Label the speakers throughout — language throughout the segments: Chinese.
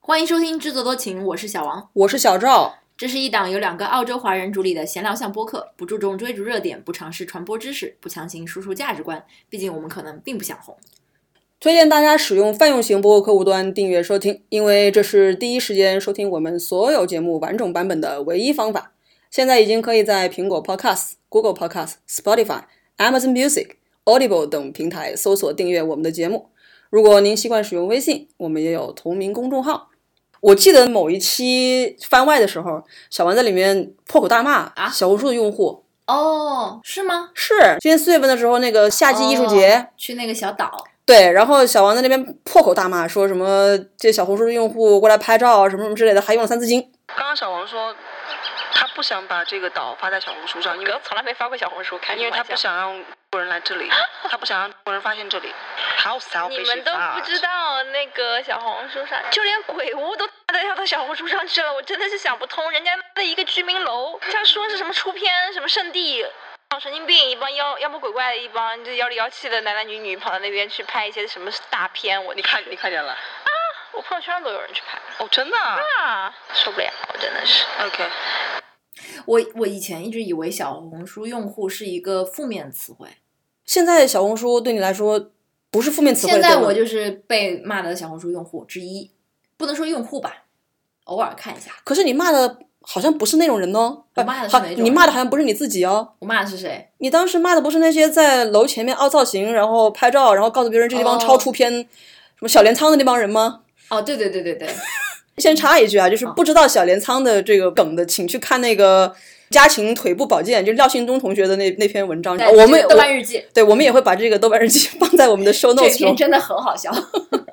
Speaker 1: 欢迎收听《制作多情》，我是小王。
Speaker 2: 我是小赵，
Speaker 1: 这是一档由两个澳洲华人主理的闲聊向播客，不注重追逐热点，不尝试传播知识，不强行输出价值观。毕竟我们可能并不想红。
Speaker 2: 推荐大家使用泛用型播客客户端订阅收听，因为这是第一时间收听我们所有节目完整版本的唯一方法。现在已经可以在苹果 Podcast、Google Podcast、Spotify、Amazon Music、Audible 等平台搜索订阅我们的节目。如果您习惯使用微信，我们也有同名公众号。我记得某一期番外的时候，小王在里面破口大骂
Speaker 1: 啊
Speaker 2: 小红书的用户。
Speaker 1: 哦，是吗？
Speaker 2: 是，今年四月份的时候，那个夏季艺术节，
Speaker 1: 哦去那个小岛，
Speaker 2: 对，然后小王在那边破口大骂，说什么这小红书的用户过来拍照啊，什么什么之类的，还用了三字经。
Speaker 3: 刚刚小王说，他不想把这个岛发在小红书上，因为
Speaker 4: 从来没发过小红书，开
Speaker 3: 因为他不想让中国人来这 里，他不想让中国人发现这里。How selfish
Speaker 4: 你
Speaker 3: is
Speaker 4: 们都不
Speaker 3: that？
Speaker 4: 知道那个小红书上，就连鬼屋都发到到小红书上去了，我真的是想不通，人家的一个居民楼，他说是什么出片什么圣地。哦神经病，一帮妖妖魔鬼怪的一帮，就妖里妖气的男男女女跑到那边去拍一些什么大片，我
Speaker 3: 你看，你看见了？
Speaker 4: 我朋友圈都有人去拍
Speaker 3: 哦，真的啊
Speaker 4: 啊，受不了，我真的是。
Speaker 3: ？OK，
Speaker 1: 我我以前一直以为小红书用户是一个负面词汇，
Speaker 2: 现在小红书对你来说不是负面词汇，
Speaker 1: 现在
Speaker 2: 对吗
Speaker 1: 我就是被骂的小红书用户之一，不能说用户吧，偶尔看一下。
Speaker 2: 可是你骂的好像不是那种人哦，
Speaker 1: 我骂的是
Speaker 2: 好
Speaker 1: 哪种人
Speaker 2: 你骂的好像不是你自己哦。
Speaker 1: 我骂的是谁？
Speaker 2: 你当时骂的不是那些在楼前面凹造型，然后拍照，然后告诉别人这地方
Speaker 1: 哦
Speaker 2: 超出片，什么小镰仓的那帮人吗？
Speaker 1: 哦，对对对对对，
Speaker 2: 先插一句啊，就是
Speaker 1: 哦
Speaker 2: 不知道小镰仓的这个梗的，请去看那个家禽腿部保健，就是廖信忠同学的那那篇文章。
Speaker 1: 在
Speaker 2: 哦我们
Speaker 1: 这个豆瓣日记
Speaker 2: 对，我们也会把这个豆瓣日记放在我们的 show
Speaker 1: 这
Speaker 2: notes
Speaker 1: 篇
Speaker 2: 中。
Speaker 1: 真的很好笑。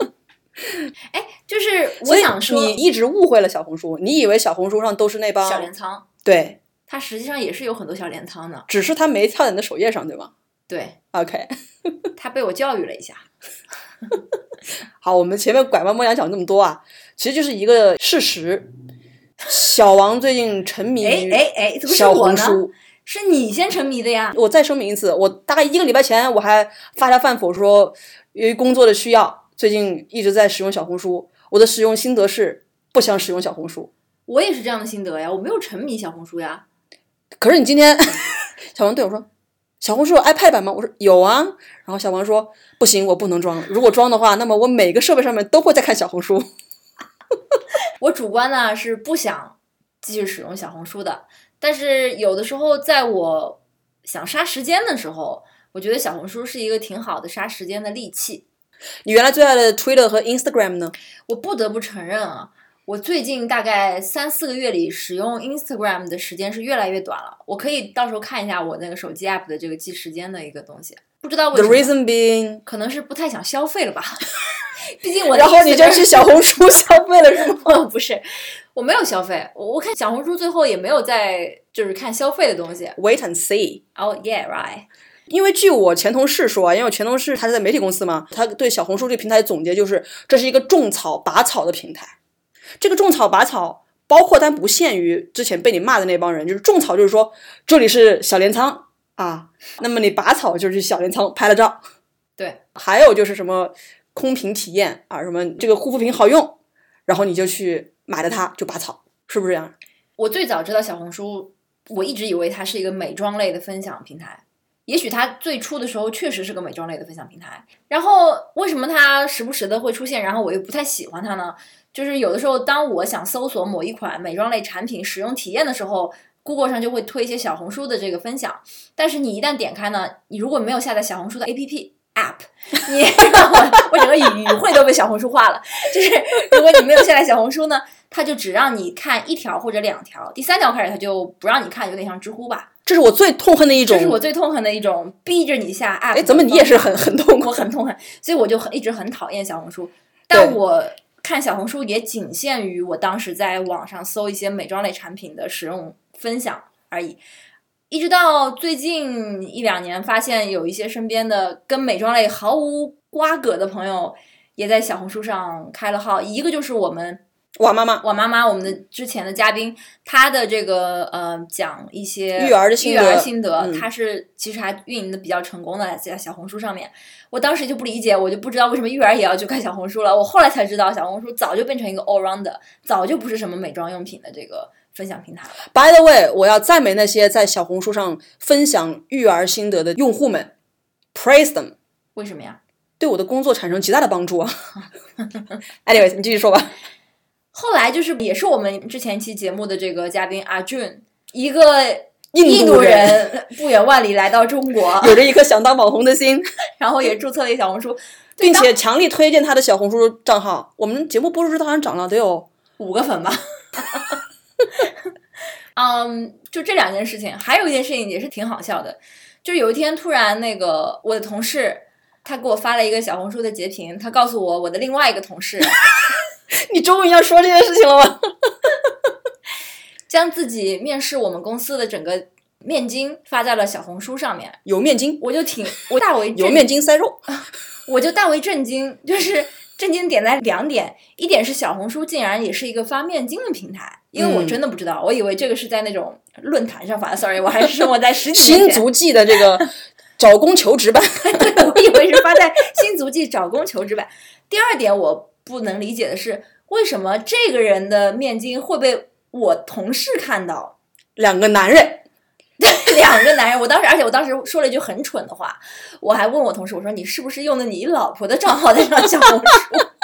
Speaker 1: 哎，就是我
Speaker 2: 所以
Speaker 1: 想说，
Speaker 2: 你一直误会了小红书，你以为小红书上都是那帮
Speaker 1: 小镰仓，
Speaker 2: 对，
Speaker 1: 它实际上也是有很多小镰仓的。
Speaker 2: 只是他没跳在你的首页上，对吗
Speaker 1: 对，
Speaker 2: ？OK，
Speaker 1: 它被我教育了一 下。
Speaker 2: 好，我们前面拐弯抹角讲这么多啊，其实就是一个事实。小王最近沉迷
Speaker 1: 哎
Speaker 2: 于
Speaker 1: 哎哎，怎么是
Speaker 2: 小
Speaker 1: 我
Speaker 2: 红
Speaker 1: 呢？
Speaker 2: 书。
Speaker 1: 是你先沉迷的呀。
Speaker 2: 我再声明一次，我大概一个礼拜前我还发了饭否说，由于工作的需要，最近一直在使用小红书。我的使用心得是不想使用小红书。
Speaker 1: 我也是这样的心得呀，我没有沉迷小红书呀。
Speaker 2: 可是你今天， 小王对我说：“小红书有 iPad 版吗？”我说：“有啊。”然后小王说：“不行，我不能装。如果装的话，那么我每个设备上面都会在看小红书。
Speaker 1: 我主观呢是不想继续使用小红书的，但是有的时候在我想杀时间的时候，我觉得小红书是一个挺好的杀时间的利器。
Speaker 2: 你原来最爱的 Twitter 和 Instagram 呢？
Speaker 1: 我不得不承认啊，我最近大概三四个月里使用 Instagram 的时间是越来越短了。我可以到时候看一下我那个手机 app 的这个记时间的一个东西，不知道为
Speaker 2: t
Speaker 1: 什
Speaker 2: h
Speaker 1: 么
Speaker 2: e reason being，
Speaker 1: 可能是不太想消费了吧。 毕竟我的
Speaker 2: 然后你就
Speaker 1: Instagram-
Speaker 2: 去小红书消费了是吗？
Speaker 1: 不是，我没有消费，我我看小红书最后也没有在就是看消费的东西。
Speaker 2: Wait and see。
Speaker 1: 哦、yeah right，
Speaker 2: 因为据我前同事说啊，因为我前同事他是在媒体公司嘛，他对小红书这个平台的总结就是，这是一个种草拔草的平台。这个种草拔草包括但不限于之前被你骂的那帮人，就是种草就是说这里是小镰仓啊，那么你拔草就是去小镰仓拍了照，
Speaker 1: 对，
Speaker 2: 还有就是什么空瓶体验啊，什么这个护肤品好用，然后你就去买了它就拔草，是不是这样？
Speaker 1: 我最早知道小红书，我一直以为它是一个美妆类的分享平台。也许它最初的时候确实是个美妆类的分享平台，然后为什么它时不时的会出现，然后我又不太喜欢它呢？就是有的时候，当我想搜索某一款美妆类产品使用体验的时候，Google 上就会推一些小红书的这个分享。但是你一旦点开呢，你如果没有下载小红书的 APP app，你 我我整个语语汇都被小红书化了。就是如果你没有下载小红书呢，它就只让你看一条或者两条，第三条开始它就不让你看，有点像知乎吧。
Speaker 2: 这是我最痛恨的一种。
Speaker 1: 这是我最痛恨的一种逼着你下 app。
Speaker 2: 哎，怎么你也是很 很痛
Speaker 1: 我
Speaker 2: 苦？
Speaker 1: 很痛恨，所以我就很一直很讨厌小红书。但
Speaker 2: 对
Speaker 1: 我看小红书也仅限于我当时在网上搜一些美妆类产品的使用分享而已。一直到最近一两年，发现有一些身边的跟美妆类毫无瓜葛的朋友，也在小红书上开了号。一个就是我们
Speaker 2: 哇妈妈，
Speaker 1: 我妈妈，我们的之前的嘉宾，她的这个呃，讲一些
Speaker 2: 育儿的心
Speaker 1: 育
Speaker 2: 得
Speaker 1: 儿心得，
Speaker 2: 嗯
Speaker 1: 她是其实还运营的比较成功的，在小红书上面。我当时就不理解，我就不知道为什么育儿也要去看小红书了。我后来才知道，小红书早就变成一个 all round，早就不是什么美妆用品的这个分享平台了。
Speaker 2: By the way，我要赞美那些在小红书上分享育儿心得的用户们，praise them，
Speaker 1: 为什么呀？
Speaker 2: 对我的工作产生极大的帮助啊。Anyways，你继续说吧。
Speaker 1: 后来就是也是我们之前一期节目的这个嘉宾阿俊，一个
Speaker 2: 印
Speaker 1: 印
Speaker 2: 度
Speaker 1: 度
Speaker 2: 人
Speaker 1: 人不远万里来到中国，
Speaker 2: 有着一颗想当网红的 心，
Speaker 1: 然后也注册了一个小红书，
Speaker 2: 并且强力推荐他的小红书账号。我们节目播出之后，好像涨了得哦有
Speaker 1: 五个粉吧。 嗯，就这两件事情，还有一件事情也是挺好笑的，就有一天突然那个我的同事他给我发了一个小红书的截屏，他告诉我我的另外一个同事
Speaker 2: 你终于要说这件事情了吗？
Speaker 1: 将自己面试我们公司的整个面经发在了小红书上面，
Speaker 2: 油面 筋，
Speaker 1: 我就挺我大为震
Speaker 2: 油面筋塞 肉，
Speaker 1: 我就大为震惊，就是 震惊点在两点，一点是小红书竟然也是一个发面经的平台，因为我
Speaker 2: 嗯
Speaker 1: 真的不知道，我以为这个是在那种论坛上发的，sorry，我还 是生活在十几年
Speaker 2: 新
Speaker 1: 前，
Speaker 2: 足迹的这个找工求职版，
Speaker 1: 对，我以为是发在新足迹找工求职版。第二点，我不能理解的是，为什么这个人的面经会被我同事看到？
Speaker 2: 两个男人，
Speaker 1: 两个男人，我当时，而且我当时说了一句很蠢的话，我还问我同事，我说你是不是用的你老婆的账号在上小红书？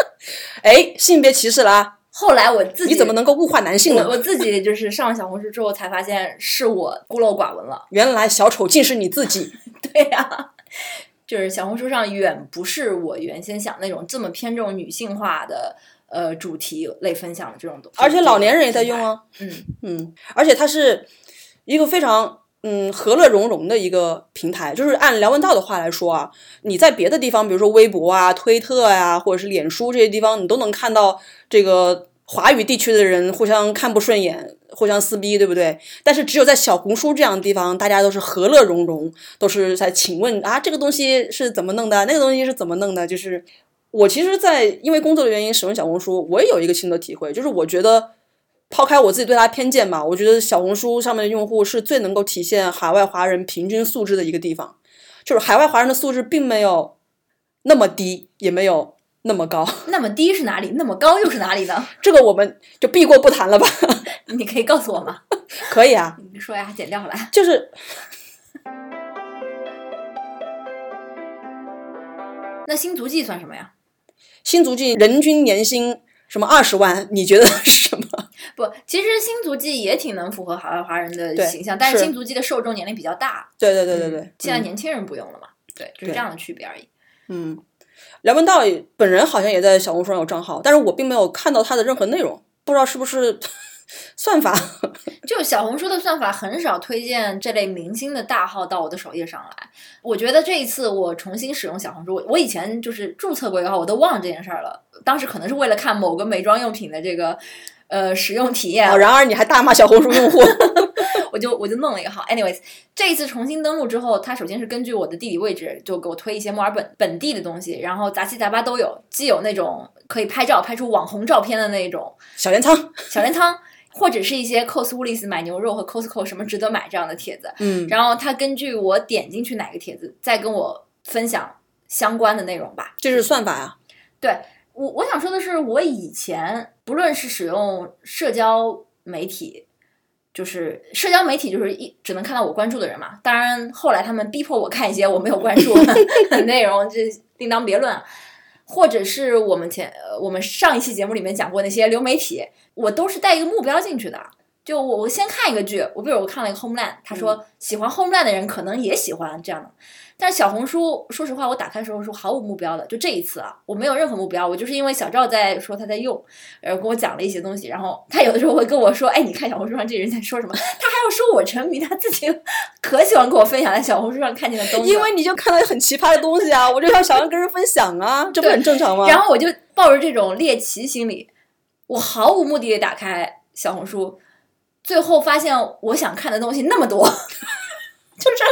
Speaker 2: 哎，性别歧视了啊！
Speaker 1: 后来我自己
Speaker 2: 你怎么能够物化男性
Speaker 1: 我
Speaker 2: 呢？
Speaker 1: 我自己就是上了小红书之后才发现是我孤陋寡闻了。
Speaker 2: 原来小丑竟是你自己。
Speaker 1: 对呀、就是小红书上远不是我原先想那种这么偏重女性化的呃主题类分享的这种东西。
Speaker 2: 而且老年人也在用啊，
Speaker 1: 嗯，
Speaker 2: 嗯，而且它是一个非常嗯和乐融融的一个平台，就是按梁文道的话来说啊，你在别的地方，比如说微博啊、推特呀、或者是脸书这些地方，你都能看到这个华语地区的人互相看不顺眼。互相撕逼，对不对？但是只有在小红书这样的地方，大家都是和乐融融，都是在请问啊，这个东西是怎么弄的？那个东西是怎么弄的？就是我其实，在因为工作的原因使用小红书，我也有一个心得体会，就是我觉得抛开我自己对它偏见嘛，我觉得小红书上面的用户是最能够体现海外华人平均素质的一个地方，就是海外华人的素质并没有那么低，也没有那么高，
Speaker 1: 那么低是哪里？那么高又是哪里呢？
Speaker 2: 这个我们就避过不谈了吧？
Speaker 1: 你可以告诉我吗？
Speaker 2: 可以啊，
Speaker 1: 你说呀，剪掉好了。
Speaker 2: 就是
Speaker 1: 那新足迹算什么呀？
Speaker 2: 新足迹人均年薪什么二十万，你觉得是什么？
Speaker 1: 不，其实新足迹也挺能符合海外华人的
Speaker 2: 对
Speaker 1: 形象，但是
Speaker 2: 是
Speaker 1: 新足迹的受众年龄比较大。
Speaker 2: 对对对对对，
Speaker 1: 嗯现在
Speaker 2: 嗯
Speaker 1: 年轻人不用了嘛？对，就是
Speaker 2: 对
Speaker 1: 这样的区别而已。
Speaker 2: 嗯，梁文道也本人好像也在小红书上有账号，但是我并没有看到他的任何内容，不知道是不是 算法。
Speaker 1: 就小红书的算法很少推荐这类明星的大号到我的首页上来。我觉得这一次我重新使用小红书，我我以前就是注册过一个号，我都忘了这件事儿了。当时可能是为了看某个美妆用品的这个呃使用体验，
Speaker 2: 哦，然而你还大骂小红书用户，
Speaker 1: 我就我就弄了一个号。Anyways，这一次重新登录之后，它首先是根据我的地理位置就给我推一些墨尔本本地的东西，然后杂七杂八都有，既有那种可以拍照拍出网红照片的那种，
Speaker 2: 小镰仓，
Speaker 1: 小镰仓，或者是一些 cos Woolies 买牛肉和 Costco 什么值得买这样的帖子。
Speaker 2: 嗯，
Speaker 1: 然后他根据我点进去哪个帖子，再跟我分享相关的内容吧。
Speaker 2: 这是算法呀、
Speaker 1: 我我想说的是，我以前不论是使用社交媒体，就是社交媒体就是一只能看到我关注的人嘛。当然，后来他们逼迫我看一些我没有关注的 内容，这另当别论啊。或者是我们前呃我们上一期节目里面讲过那些流媒体，我都是带一个目标进去的。就我我先看一个剧，我比如我看了一个《Homeland》，他说喜欢《Homeland》的人可能也喜欢这样的。但是小红书，说实话，我打开小红书毫无目标的，就这一次啊，我没有任何目标，我就是因为小赵在说他在用，然呃后跟我讲了一些东西，然后他有的时候会跟我说，哎，你看小红书上这人在说什么，他还要说我沉迷，他自己 可喜欢跟我分享在小红书上看见的东西了，
Speaker 2: 因为你就看到很奇葩的东西啊，我就要想要跟人分享啊，这不很正常吗？
Speaker 1: 然后我就抱着这种猎奇心理，我毫无目的的打开小红书，最后发现我想看的东西那么多， 就是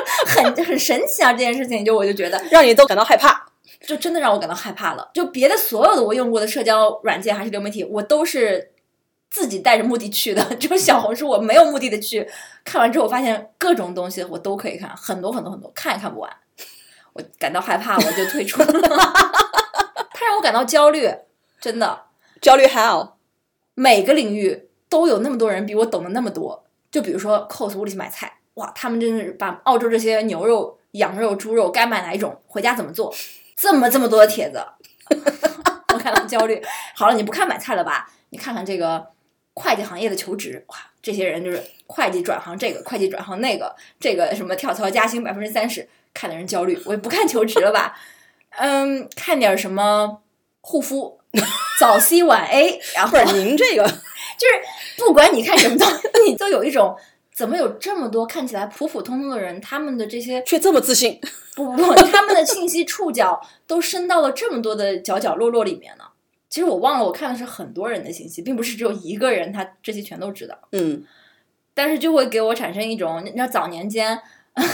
Speaker 1: 很很神奇啊！这件事情，就我就觉得，
Speaker 2: 让你都感到害怕。
Speaker 1: 就真的让我感到害怕了。就别的所有的我用过的社交软件还是流媒体，我都是自己带着目的去的， 这种小红书我没有目的的去看完之后，我发现各种东西我都可以看，很多很多很多，看也看不完，我感到害怕，我就退出了。 它让我感到焦虑，真的，
Speaker 2: 焦虑 how？
Speaker 1: 每个领域都有那么多人比我懂得那么多。就比如说 cos 屋里去买菜，哇，他们真的是把澳洲这些牛肉、羊肉、猪肉该买哪一种，回家怎么做，这么这么多的帖子， 我感到焦虑。好了，你不看买菜了吧？你看看这个会计行业的求职，哇，这些人就是会计转行这个，会计转行那个，这个什么跳槽加薪百分之三十，看的人焦虑。我也不看求职了吧？嗯，看点什么护肤，早 C 晚 A，然
Speaker 2: 不
Speaker 1: 后
Speaker 2: 是您这 个，
Speaker 1: 就是不管你看什么东西，你都 有一种怎么有这么多看起来普普通通的人，他们的这些
Speaker 2: 却这么自信，
Speaker 1: 不不不，他们的信息触角都伸到了这么多的角角落落里面呢？其实我忘了，我看的是很多人的信息，并不是只有一个人，他这些全都知道。
Speaker 2: 嗯，但
Speaker 1: 但是就会给我产生一种，你知道早年间，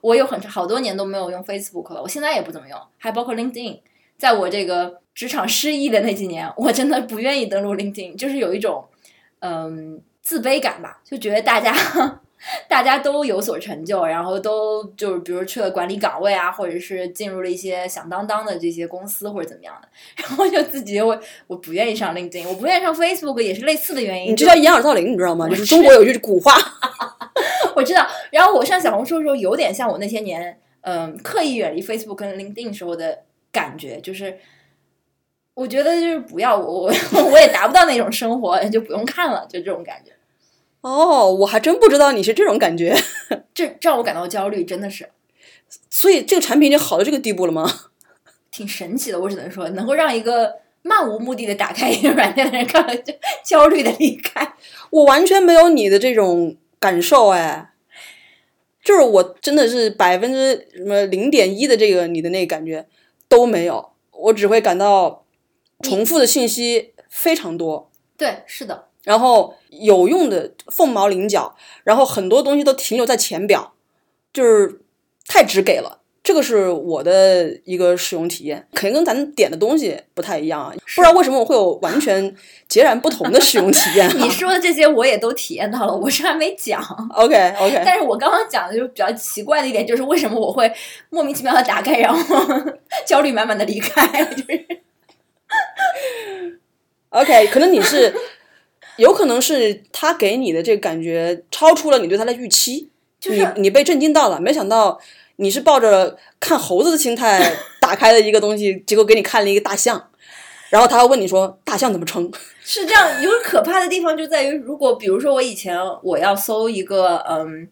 Speaker 1: 我有很好多年都没有用 Facebook 了，我现在也不怎么用，还包括 LinkedIn。在我这个职场失意的那几年，我真的不愿意登录 LinkedIn，就是有一种嗯自卑感吧，就觉得大家 大家都有所成就，然后都就是比如去了管理岗位啊，或者是进入了一些响当当的这些公司或者怎么样的， 然后就自己会我不愿意上 LinkedIn，我不愿意上 Facebook 也是类似的原因。
Speaker 2: 你这
Speaker 1: 就
Speaker 2: 叫掩耳盗铃，你知道吗？就是中国有句古话，
Speaker 1: 我知道。然后我上小红书的时候，有点像我那些年，嗯，刻意远离 Facebook 跟 LinkedIn 时候的感觉，就是我觉得就是不要我，我 我也达不到那种生活，就不用看了，就这种感觉，
Speaker 2: 哦，我还真不知道你是这种感觉，
Speaker 1: 这这让我感到焦虑，真的是
Speaker 2: 所以这个产品已经好到这个地步了吗？
Speaker 1: 挺神奇的。我只能说，能够让一个漫无目的的打开一个软件的人， 看了就焦虑的离开。
Speaker 2: 我完全没有你的这种感受，哎。就是我真的是百分之什么零点一的这个你的那个感觉都没有，我只会感到重复的信息非常多。
Speaker 1: 对，是的，
Speaker 2: 然后有用的凤毛麟角，然后很多东西都停留在浅表，就是太直给了。这个是我的一个使用体验，肯定跟咱点的东西不太一样啊，不知道为什么我会有完全截然不同的使用体验、啊
Speaker 1: 你说的这些我也都体验到了，我是还没讲。
Speaker 2: OK OK，
Speaker 1: 但是我刚刚讲的就是比较奇怪的一点，就是为什么我会莫名其妙的打开，然后 焦虑满满的离开，就是
Speaker 2: OK，可能你是，有可能是他给你的这个感觉超出了你对他的预期，
Speaker 1: 就是
Speaker 2: 你你被震惊到了，没想到你是抱着看猴子的心态 打开了一个东西，结果给你看了一个大象，然后他还问你说大象怎么称？
Speaker 1: 是这样。有可怕的地方就在于，如果比如说我以前我要搜一个，嗯，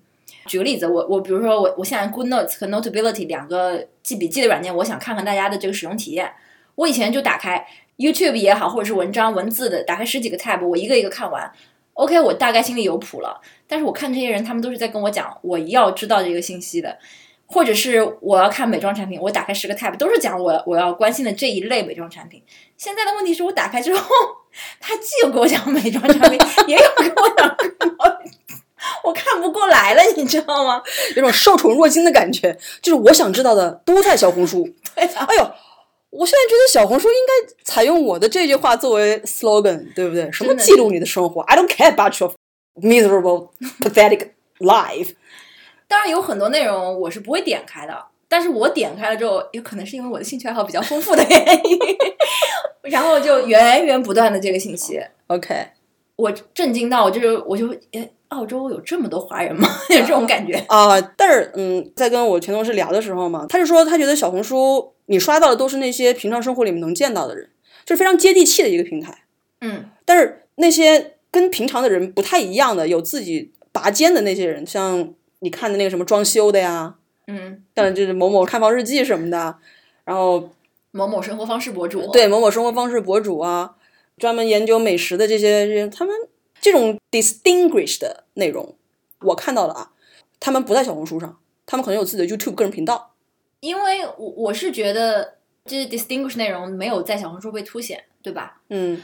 Speaker 1: 举个例子，我我比如说我我现在 Good Notes 和 Notability 两个记笔记的软件，我想看看大家的这个使用体验。我以前就打开 YouTube 也好，或者是文章文字的，打开十几个 tab，我一个一个看完。OK，我大概心里有谱了。但是我看这些人，他们都是在跟我讲我要知道这个信息的，或者是我要看美妆产品，我打开十个 tab 都是讲我我要关心的这一类美妆产品。现在的问题是我打开之后，他既有给我讲美妆 产品，也有给我讲我我看不过来了，你知道吗？
Speaker 2: 有种受宠若惊的感觉，就是我想知道的都在小红书。
Speaker 1: 对啊，
Speaker 2: 哎呦，我现在觉得小红书应该采用我的这句话作为 slogan，对不对？什么
Speaker 1: 真的
Speaker 2: 记录你的生活？I don't care about your miserable, pathetic life。
Speaker 1: 当然有很多内容我是不会点开的，但是我点开了之后，有可能是因为我的兴趣爱好比较丰富的原 因，然后就源源不断的这个信息，
Speaker 2: OK，
Speaker 1: 我震惊到，我就是我就诶澳洲有这么多华 人吗？有这种感觉。
Speaker 2: 啊、但是嗯，在跟我前同事聊的时候嘛，他就说他觉得小红书你刷到的都是那些平常生活里面能见到的人，就是非常接地气的一个平台。
Speaker 1: 嗯，
Speaker 2: 但是那些跟平常的人不太一样的，有自己拔尖的那些人，像你看的那个什么装修的呀，
Speaker 1: 嗯，
Speaker 2: 像就是某某看房日记什么的，然后
Speaker 1: 某某生活方式博主，，
Speaker 2: 对某某生活方式博主啊，专门研究美食的这些人，他们这种 distinguished 的内容，我看到了啊，他们不在小红书上，他们可能有自己的 YouTube 个人频道。
Speaker 1: 因为我我是觉得这些 distinguish 内容没有在小红书被凸显，对吧？
Speaker 2: 嗯，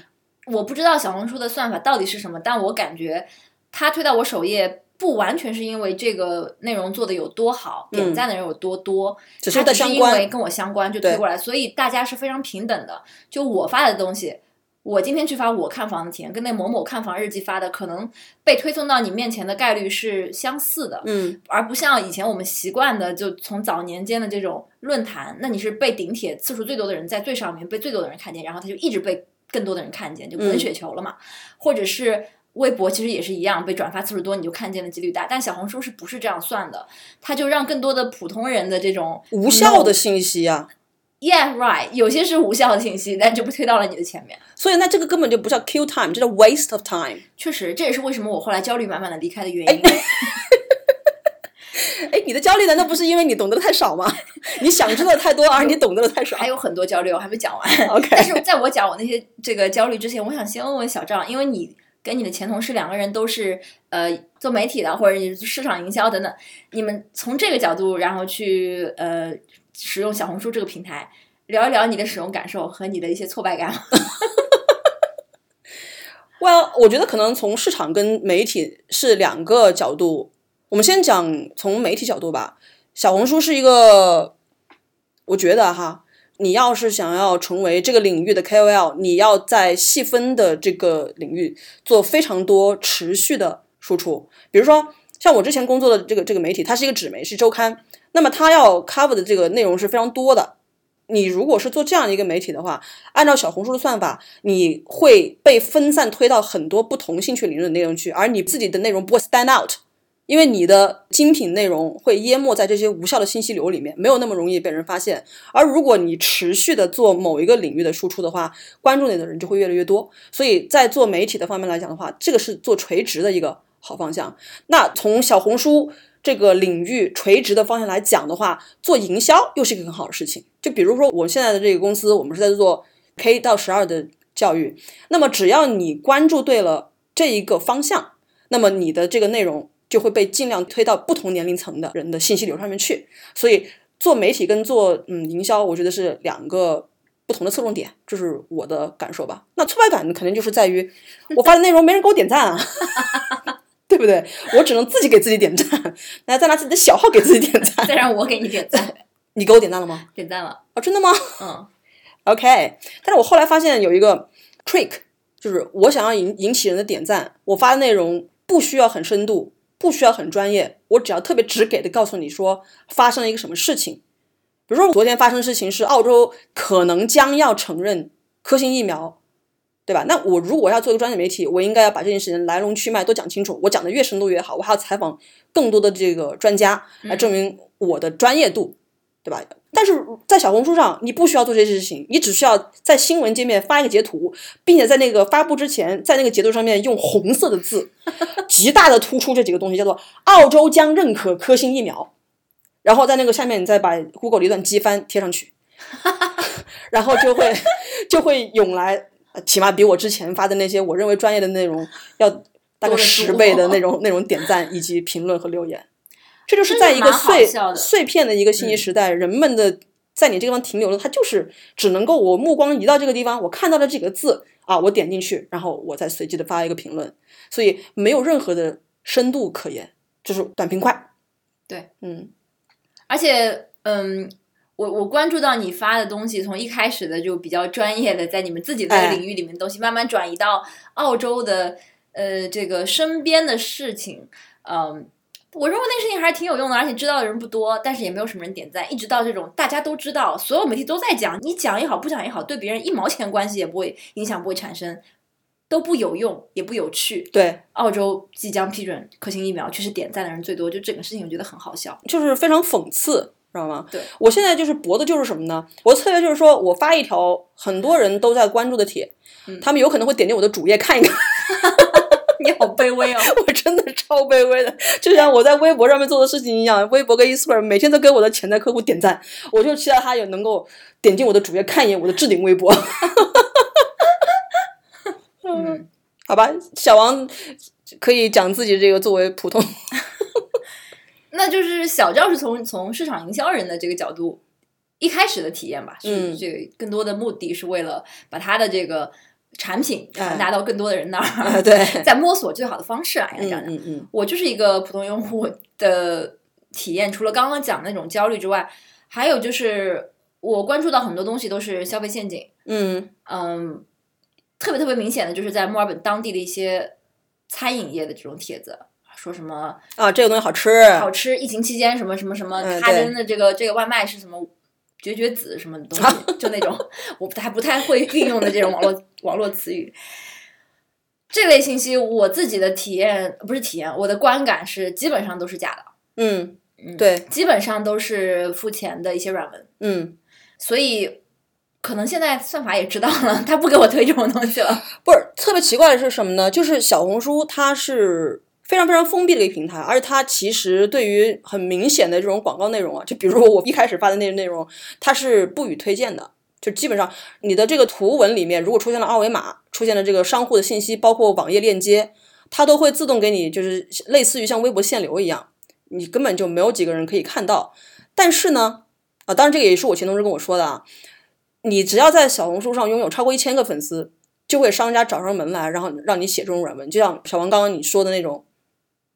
Speaker 1: 我不知道小红书的算法到底是什么，但我感觉它推到我首页不完全是因为这个内容做的有多好，
Speaker 2: 嗯
Speaker 1: 点赞的人有多多，
Speaker 2: 只是
Speaker 1: 它
Speaker 2: 在
Speaker 1: 只是
Speaker 2: 相
Speaker 1: 因为
Speaker 2: 关。
Speaker 1: 跟我相关就推
Speaker 2: 对
Speaker 1: 过来，所以大家是非常平等的。就我发的东西，我今天去发我看房的体验，跟那某某看房日记发的，可能被推送到你面前的概率是相似的，
Speaker 2: 嗯
Speaker 1: 而不像以前我们习惯的，就从早年间的这种论坛，那你是被顶帖次数最多的人在最上面，被最多的人看见，然后他就一直被更多的人看见，就滚雪球了嘛。或者是微博，其实也是一样，被转发次数多你就看见的几率大，但小红书是不是这样算的？它就让更多的普通人的这种
Speaker 2: 无效的信息啊，
Speaker 1: ，yeah right，有些是无效的信息，但就被推到了你的前面。
Speaker 2: 所以那这个根本就不叫 kill time，这叫 waste of time。
Speaker 1: 确实，这也是为什么我后来焦虑满满的离开的原因。
Speaker 2: 哎，你的焦虑难道不是因为你懂得的太少吗？ 你想知道的太多，而你懂得的太少
Speaker 1: 还。有很多焦虑我还没讲完，
Speaker 2: OK，
Speaker 1: 但是在我讲我那些这个焦虑之前，我想先问问小赵，因为你跟你的前同事两个人都是呃做媒体的，或者你是市场营销等等，你们从这个角度，然后去呃使用小红书这个平台，聊一聊你的使用感受和你的一些挫败感。
Speaker 2: well，我觉得可能从市场跟媒体是两个角度。我们先讲从媒体角度吧。小红书是一个，我觉得哈，你要是想要成为这个领域的 KOL，你要在细分的这个领域做非常多持续的输出。比如说，像我之前工作的这个这个媒体，它是一个纸媒，是周刊，那么它要 cover 的这个内容是非常多的。你如果是做这样一个媒体的话，按照小红书的算法，你会被分散推到很多不同兴趣领域的内容去，而你自己的内容不会 stand out，因为你的精品内容会淹没在这些无效的信息流里面，没有那么容易被人发现。而如果你持续的做某一个领域的输出的话，关注你的人就会越来越多。所以在做媒体的方面来讲的话，这个是做垂直的一个好方向。那从小红书这个领域垂直的方向来讲的话，做营销又是一个很好的事情。就比如说我现在的这个公司，我们是在做 K 到十二的教育，那么只要你关注对了这一个方向，那么你的这个内容就会被尽量推到不同年龄层的人的信息流上面去。所以做媒体跟做嗯营销，我觉得是两个。不同的侧重点，这是我的感受吧。那挫败感肯定就是在于我发的内容没人给我点赞啊， 对不对？我只能自己给自己点赞，那再拿自己的小号给自己点赞。
Speaker 1: 再让我给你点赞，
Speaker 2: 你给我点赞了吗？
Speaker 1: 点赞了，
Speaker 2: 哦，真的吗
Speaker 1: 嗯，
Speaker 2: ？OK，但是我后来发现有一个 trick，就是我想要引引起人的点赞，我发的内容不需要很深度，不需要很专业，我只要特别直给的告诉你说发生了一个什么事情。比如说昨天发生的事情是澳洲可能将要承认科兴疫苗，对吧？那我如果要做一个专业媒体，我应该要把这件事情来龙去脉都讲清楚。我讲的越深度越好，我还要采访更多的这个专家来
Speaker 1: 嗯
Speaker 2: 证明我的专业度，对吧？但是在小红书上，你不需要做这些事情，你只需要在新闻界面发一个截图，并且在那个发布之前，在那个截图上面用红色的字，极大的突出这几个东西，叫做“澳洲将认可科兴疫苗”，然后在那个下面你再把 Google 的一段机翻贴上 去，然后就会就会涌来，呃起码比我之前发的那些我认为专业的内容要大
Speaker 1: 多得多
Speaker 2: 概十 倍的那种那种点赞以及评论和留言。这就是在一
Speaker 1: 真
Speaker 2: 个
Speaker 1: 的蛮好
Speaker 2: 碎
Speaker 1: 笑的嗯
Speaker 2: 碎片的一个信息时代，人们的在你这个地方停留了，它就是只能够我目光移到这个地方，我看到了几个字啊，我点进去，然后我再随机的发一个评论，所以没有任何的深度可言，就是短平快。
Speaker 1: 对，
Speaker 2: 嗯，
Speaker 1: 而且，嗯，我我关注到你发的东西，从一开始的就比较专业的，在你们自己的
Speaker 2: 哎
Speaker 1: 领域里面的东西，慢慢转移到澳洲的呃这个身边的事情，嗯。我认为那事情还是挺有用的，而且知道的人不多，但是也没有什么人点赞。一直到这种大家都知道，所有媒体都在讲，你讲也好，不讲也好，对别人一毛钱关系也不会影响，不会产生，都不有用，也不有趣。
Speaker 2: 对，
Speaker 1: 澳洲即将批准科兴疫苗，却是点赞的人最多，就整个事情我觉得很好笑。
Speaker 2: 就是非常讽刺，知道吗？
Speaker 1: 对，
Speaker 2: 我现在就是博的就是什么呢？我的策略就是说我发一条很多人都在关注的帖，
Speaker 1: 嗯
Speaker 2: 他们有可能会点进我的主页看一看。
Speaker 1: 你好卑微哦。
Speaker 2: 我真的超卑微的，就像我在微博上面做的事情一样，微博跟 Instagram 每天都给我的潜在客户点赞，我就期待他也能够点进我的主页看一眼我的置顶微博。
Speaker 1: 嗯，
Speaker 2: 好吧，小王可以讲自己这个作为普通，
Speaker 1: 那就是小赵是从从市场营销人的这个角度一开始的体验吧，是
Speaker 2: 嗯
Speaker 1: 这个更多的目的是为了把他的这个产品传达到更多的 人那
Speaker 2: 啊
Speaker 1: 儿，
Speaker 2: 哎对，
Speaker 1: 在摸索最好的方式啊，应该这
Speaker 2: 嗯
Speaker 1: 样讲。
Speaker 2: 嗯嗯，
Speaker 1: 我就是一个普通用户的体验，除了刚刚讲的那种焦虑之外，还有就是我关注到很多东西都是消费陷阱，
Speaker 2: 嗯
Speaker 1: 嗯，特别特别明显的就是在墨尔本当地的一些餐饮业的这种帖子，说什么
Speaker 2: 啊，这个东西好吃，
Speaker 1: 好吃。疫情期间什么什么什么
Speaker 2: 嗯，
Speaker 1: 哈
Speaker 2: 对
Speaker 1: 根的这个这个外卖是什么绝绝子什么东西，就 那种我不太不太会运用的这种网络网络词语。这类信息我自己的体验不是体验，我的观感是基本上都是假的，
Speaker 2: 嗯，
Speaker 1: 嗯
Speaker 2: 对，
Speaker 1: 基本上都是付钱的一些软文，
Speaker 2: 嗯，
Speaker 1: 所以可能现在算法也知道了，他不给我推这种东西了。
Speaker 2: 不是特别奇怪的是什么呢？就是小红书它是非常非常封闭的一个平台，而且它其实对于很明显的这种广告内容啊，就比如我一开始发的那个内容，它是不予推荐的。就基本上你的这个图文里面，如果出现了二维码，出现了这个商户的信息，包括网页链接，它都会自动给你，就是类似于像微博限流一样，你根本就没有几个人可以看到。但是呢，啊，当然这个也是我前同事跟我说的啊，你只要在小红书上拥有超过一千个粉丝，就会商家找上门来，然后让你写这种软文，就像小王刚刚你说的那种，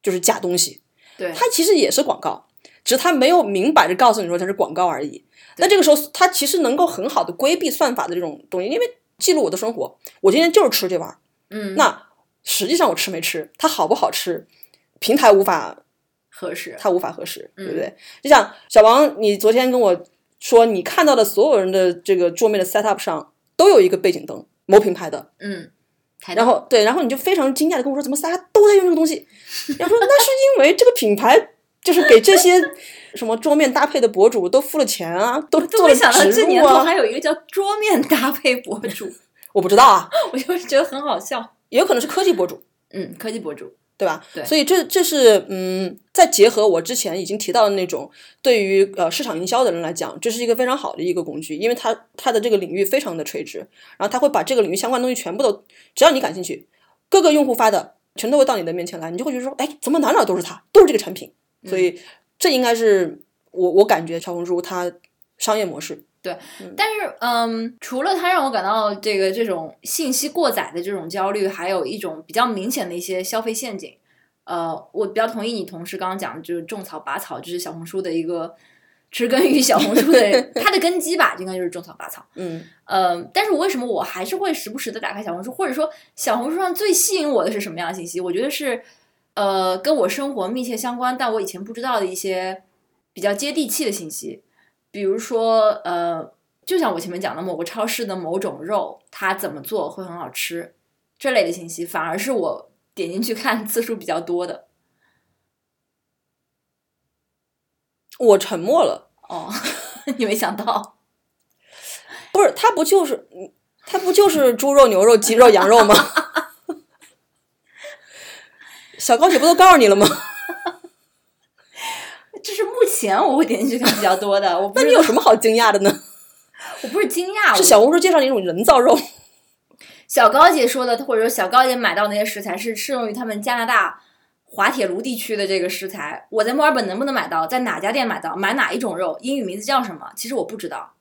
Speaker 2: 就是假东西，
Speaker 1: 对，
Speaker 2: 它其实也是广告，只是它没有明摆着告诉你说它是广告而已。那这个时候，它其实能够很好的规避算法的这种东西，因为记录我的生活，我今天就是吃这玩意儿，
Speaker 1: 嗯，
Speaker 2: 那实际上我吃没吃，它好不好吃，平台无法
Speaker 1: 合适。
Speaker 2: 它无法核实，对不
Speaker 1: 嗯
Speaker 2: 对？就像小王，你昨天跟我说，你看到的所有人的这个桌面的 setup 上都有一个背景灯，某品牌的。
Speaker 1: 嗯，台
Speaker 2: 然后对，然后你就非常惊讶的跟我说，怎么大家都在用这个东西？然后说那是因为这个品牌就是给这些什么桌面搭配的博主都付了钱啊，都
Speaker 1: 就
Speaker 2: 做
Speaker 1: 没
Speaker 2: 了
Speaker 1: 想到
Speaker 2: 植
Speaker 1: 这年
Speaker 2: 入
Speaker 1: 头
Speaker 2: 啊
Speaker 1: 还，有一个叫桌面搭配博主，
Speaker 2: 我不知道啊，
Speaker 1: 我就是觉得很好笑。
Speaker 2: 也有可能是科技博主，
Speaker 1: 嗯，科技博主，
Speaker 2: 对吧？
Speaker 1: 对
Speaker 2: 所以这这是嗯，再结合我之前已经提到的那种，对于呃市场营销的人来讲，这是一个非常好的一个工具，因为它它的这个领域非常的垂直，然后它会把这个领域相关的东西全部都，只要你感兴趣，各个用户发的全都会到你的面前来，你就会觉得说，哎，怎么哪哪都是它，都是这个产品，所以这应该是我我感觉小红书它商业模式，
Speaker 1: 但是嗯，除了它让我感到这个这种信息过载的这种焦虑，还有一种比较明显的一些消费陷阱。呃，我比较同意你同事刚刚讲的，就是种草拔草，就是小红书的一个植根于小红书的它的根基吧，应该就是种草拔草。
Speaker 2: 嗯
Speaker 1: 嗯，但是我为什么我还是会时不时的打开小红书，或者说小红书上最吸引我的是什么样的信息？我觉得是，呃，跟我生活密切相关，但我以前不知道的一些比较接地气的信息，比如说，呃，就像我前面讲的，某个超市的某种肉，它怎么做会很好吃，这类的信息，反而是我点进去看次数比较多的。
Speaker 2: 我沉默了。
Speaker 1: 哦， 你没想到，
Speaker 2: 不是，它不就是，嗯它不就是猪肉、牛肉、鸡肉、羊肉吗？ 小高姐不都告诉你了吗？
Speaker 1: 这是目前我会点进去看比较多的。我不
Speaker 2: 那
Speaker 1: 是
Speaker 2: 你有什么好惊讶的呢？
Speaker 1: 我不是惊讶，我
Speaker 2: 是小红书介绍你一种人造肉，
Speaker 1: 小高姐说的，或者说小高姐买到那些食材是适用于他们加拿大滑铁卢地区的这个食材。我在墨尔本能不能买到？在哪家店买到？买哪一种肉？英语名字叫什么？其实我不知道。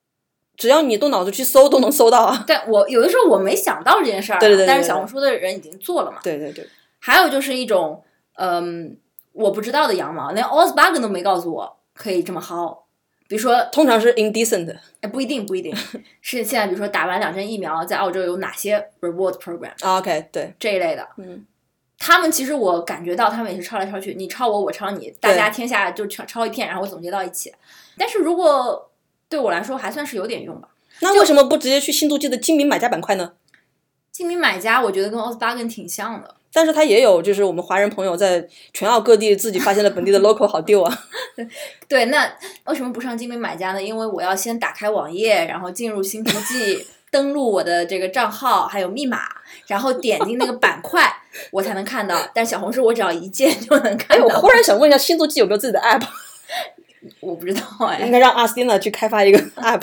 Speaker 2: 只要你动脑子去搜，都能搜到啊！
Speaker 1: 但我有的时候我没想到这件事儿啊，
Speaker 2: 对对对对
Speaker 1: 但是小红书的人已经做了嘛。
Speaker 2: 对对对，
Speaker 1: 还有就是一种，嗯，我不知道的羊毛，连 o s b a g n 都没告诉我可以这么薅。比如说，
Speaker 2: 通常是 indecent，
Speaker 1: 哎，不一定，不一 定是现在，比如说打完两针疫苗，在澳洲有哪些 reward program？
Speaker 2: 啊，OK，对，
Speaker 1: 这一类的，
Speaker 2: 嗯，
Speaker 1: 他们其实我感觉到他们也是抄来抄去，你抄我，我抄你，大家天下就抄抄一片，然后我总结到一起。但是如果对我来说还算是有点用吧。
Speaker 2: 那为什么不直接去新度记的精明买家板块呢？
Speaker 1: 精明买家，我觉得跟 o s b a g n 挺像的，
Speaker 2: 但是它也有，就是我们华人朋友在全澳各地自己发现了本地的 local 好 deal 啊，
Speaker 1: 对，那为什么不上精明买家呢？因为我要先打开网页，然后进入新图 记，登录我的这个账号还有密码，然后点进那个板块，我才能看到。但小红书我只要一键就能
Speaker 2: 哎，
Speaker 1: 看
Speaker 2: 我
Speaker 1: 到。
Speaker 2: 忽然想问一下，新度记有没有自己的 app？
Speaker 1: 我不知道哎
Speaker 2: 应，该让阿斯蒂娜去开发一个 app。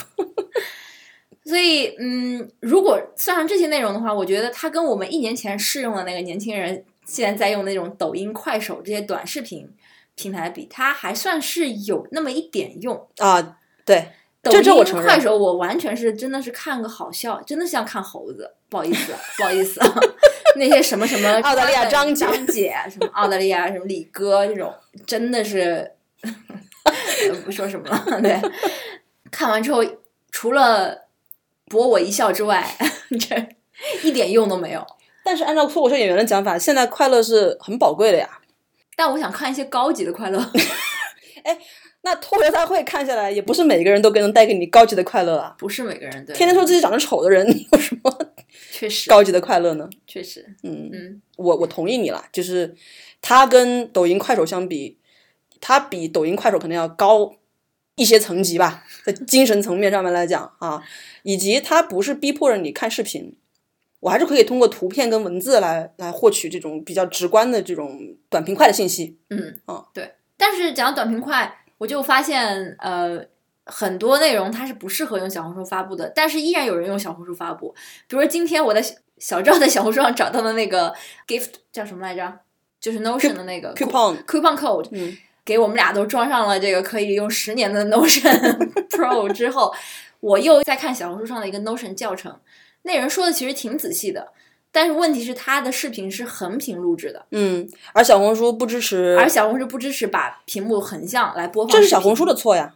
Speaker 1: 所以，嗯，如果算上这些内容的话，我觉得它跟我们一年前试用的那个年轻人现在在用那种抖音、快手这些短视频平台比，它还算是有那么一点用。
Speaker 2: 啊，对，
Speaker 1: 抖
Speaker 2: 这
Speaker 1: 音
Speaker 2: 这我承认
Speaker 1: 快手，我完全是真的是看个好笑，真的像看猴子。不好意思，不好意思， 那些什么什么
Speaker 2: 澳大利亚张姐
Speaker 1: 张姐，什么澳大利亚什么李哥这种，真的是呃不说什么了。对， 看完之后除了博我一笑之外，这一点用都没有。
Speaker 2: 但是按照脱口秀演员的讲法，现在快乐是很宝贵的呀。
Speaker 1: 但我想看一些高级的快乐，
Speaker 2: 那脱口秀大会看下来，也不是每个人都能带给你高级的快乐啊。
Speaker 1: 不是每个人对。
Speaker 2: 天天说自己长得丑的人，有什么
Speaker 1: 确实
Speaker 2: 高级的快乐呢？
Speaker 1: 确实，
Speaker 2: 嗯，
Speaker 1: 嗯，
Speaker 2: 我我同意你啦，就是它跟抖音、快手相比，它比抖音、快手肯定要高一些层级吧，在精神层面上面来讲啊，以及它不是逼迫着你看视频，我还是可以通过图片跟文字来来获取这种比较直观的这种短平快的信息。
Speaker 1: 嗯，
Speaker 2: 哦
Speaker 1: 对。但是讲到短平快，我就发现呃，很多内容它是不适合用小红书发布的，但是依然有人用小红书发布。比如说今天我在小小赵在小红书上找到的那个 gift 叫什么来着？就是 Notion 的那个
Speaker 2: coupon
Speaker 1: coupon code，
Speaker 2: 嗯，
Speaker 1: 给我们俩都装上了这个可以用十年的 Notion Pro 之后，我又在看小红书上的一个 Notion 教程，那人说的其实挺仔细的，但是问题是他的视频是横屏录制的。
Speaker 2: 嗯，而小红书不支持，
Speaker 1: 而小红书不支持把屏幕横向来播放。
Speaker 2: 这是小红书的，错呀。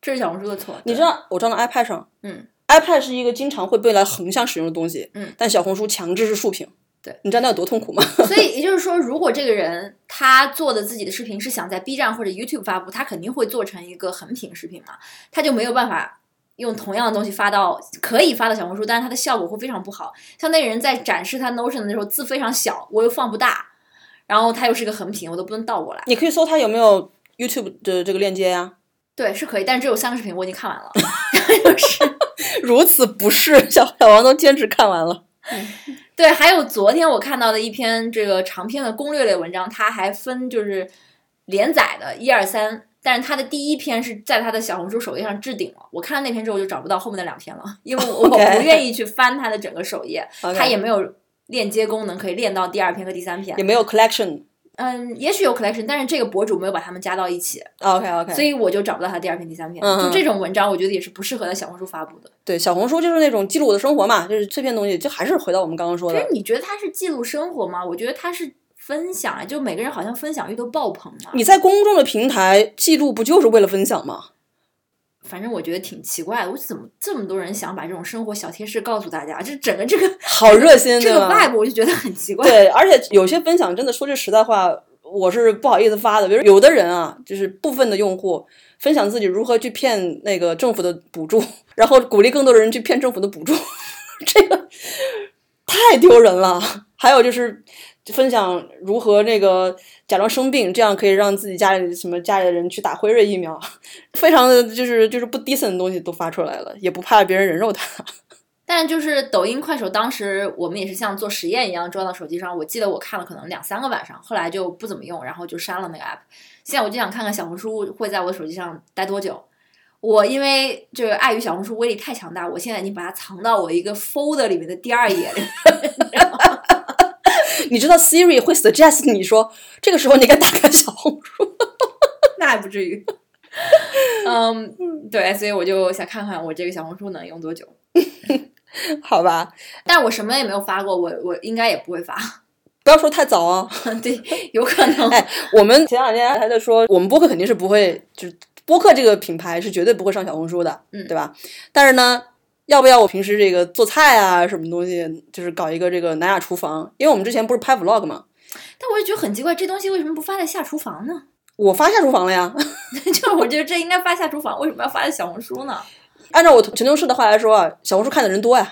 Speaker 1: 这是小红书的错。
Speaker 2: 你
Speaker 1: 对
Speaker 2: 知，道我装到 iPad 上，
Speaker 1: 嗯
Speaker 2: ，iPad 是一个经常会被来横向使用的东西，
Speaker 1: 嗯
Speaker 2: 但小红书强制是竖屏，
Speaker 1: 对，
Speaker 2: 你知道那有多痛苦吗？
Speaker 1: 所以也就是说，如果这个人他做的自己的视频是想在 B 站或者 YouTube 发布，他肯定会做成一个横屏视频嘛，他就没有办法。用同样的东西发到可以发到小红书，但是它的效果会非常不好。像那个人在展示他 Notion 的时候，字非常小，我又放不大，然后它又是一个横屏，我都不能倒过来。
Speaker 2: 你可以搜它有没有 YouTube 的这个链接呀、
Speaker 1: 对，是可以，但是只有三个视频，我已经看完了。就是
Speaker 2: 如此不适，小小王都坚持看完了。
Speaker 1: 对，还有昨天我看到的一篇这个长篇的攻略类文章，它还分就是连载的一二三，但是它的第一篇是在它的小红书首页上置顶了。我看了那篇之后，我就找不到后面的两篇了，因为我
Speaker 2: OK
Speaker 1: 我不愿意去翻它的整个首页，
Speaker 2: OK
Speaker 1: 它也没有链接功能可以链到第二篇和第三篇
Speaker 2: 也。没有 collection。
Speaker 1: 嗯，也许有 collection，但是这个博主没有把它们加到一起，
Speaker 2: OK OK，
Speaker 1: 所以我就找不到它第二篇、第三篇。
Speaker 2: 嗯
Speaker 1: 就
Speaker 2: 嗯
Speaker 1: 这种文章，我觉得也是不适合在小红书发布的。
Speaker 2: 对小红书就是那种记录我的生活嘛，就是碎片东西，就还是回到我们刚刚说
Speaker 1: 其实
Speaker 2: 的，
Speaker 1: 你觉得它是记录生活吗？我觉得它是分享啊，就每个人好像分享欲都爆棚啊。
Speaker 2: 你在公众的平台记录不就是为了分享吗？
Speaker 1: 反正我觉得挺奇怪的，我怎么这么多人想把这种生活小贴士告诉大家？这整个这个
Speaker 2: 好热心，
Speaker 1: 这
Speaker 2: 对
Speaker 1: 个
Speaker 2: 吧？
Speaker 1: vibe 我就觉得很奇怪。
Speaker 2: 对，而且有些分享真的说句实在话，我是不好意思发的。比如有的人啊，就是部分的用户分享自己如何去骗那个政府的补助，然后鼓励更多的人去骗政府的补助， 这个太丢人了。还有就是分享如何那个假装生病，这样可以让自己家里什么家里的人去打辉瑞疫苗，非常的就是就是不 decent 的东西都发出来了，也不怕别人人肉他。
Speaker 1: 但就是抖音、快手，当时我们也是像做实验一样装到手机上。我记得我看了可能两三个晚上，后来就不怎么用，然后就删了那个 app。现在我就想看看小红书会在我手机上待多久。我因为就是碍于小红书威力太强大，我现在已经把它藏到我一个 folder 里面的第二页里。
Speaker 2: 你知道 Siri 会 suggest 你说这个时候你该打开小红书。
Speaker 1: 那还不至 于。嗯，对，所以我就想看看我这个小红书能用多久。
Speaker 2: 好吧，
Speaker 1: 但我什么也没有发过，我我应该也不会发，
Speaker 2: 不要说太早啊。
Speaker 1: 对，有可能。
Speaker 2: 哎我们前两天还在说，我们播客肯定是不会，就是播客这个品牌是绝对不会上小红书的，
Speaker 1: 嗯
Speaker 2: 对吧？但是呢，要不要我平时这个做菜啊，什么东西，就是搞一个这个南亚厨房？因为我们之前不是拍 vlog 嘛，
Speaker 1: 但我就觉得很奇怪，这东西为什么不发在下厨房呢？
Speaker 2: 我发下厨房了呀。
Speaker 1: 就是我觉得这应该发下厨房，为什么要发在小红书呢？
Speaker 2: 按照我陈同事的话来说啊，小红书看的人多呀，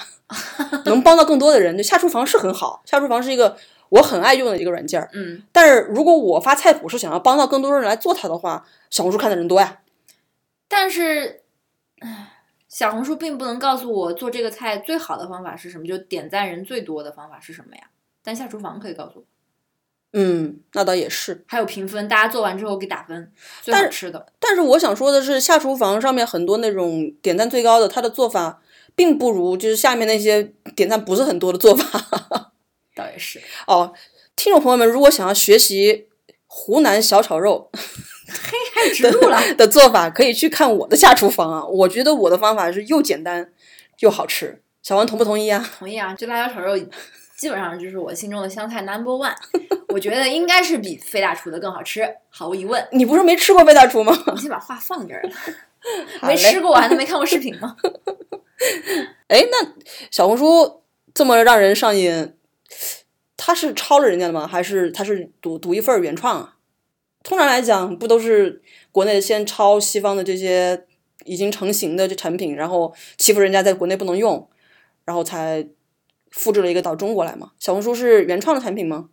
Speaker 2: 能帮到更多的人。就下厨房是很好，下厨房是一个我很爱用的一个软件儿。
Speaker 1: 嗯，
Speaker 2: 但是如果我发菜谱是想要帮到更多人来做它的话，小红书看的人多呀。
Speaker 1: 但是，唉，小红书并不能告诉我做这个菜最好的方法是什么，就点赞人最多的方法是什么呀？但下厨房可以告诉我，
Speaker 2: 嗯，那倒也是。
Speaker 1: 还有评分，大家做完之后给打分，最
Speaker 2: 但
Speaker 1: 好
Speaker 2: 是
Speaker 1: 吃的。
Speaker 2: 但是我想说的是，下厨房上面很多那种点赞最高的，它的做法并不如就是下面那些点赞不是很多的做法。
Speaker 1: 倒也是，
Speaker 2: 哦，听众朋友们，如果想要学习湖南小炒肉
Speaker 1: 开始植入了。
Speaker 2: 的做法，可以去看我的下厨房啊。我觉得我的方法是又简单又好吃。小王同不同意啊？
Speaker 1: 同意啊，这辣椒炒肉基本上就是我心中的湘菜 number one，我 觉得应该是比费大厨的更好吃，毫无疑问。
Speaker 2: 你不是没吃过贝大厨吗？
Speaker 1: 你先把话放这儿 了，
Speaker 2: 好
Speaker 1: 没
Speaker 2: 嘞
Speaker 1: 吃过我还能没看过视频吗？
Speaker 2: 哎，那小红书这么让人上瘾，他是抄了人家的吗？还是他是独独一份儿原创啊？通常来讲，不都是国内先抄西方的这些已经成型的这产品，然后欺负人家在国内不能用，然后才复制了一个到中国来吗？小红书是原创的产品吗？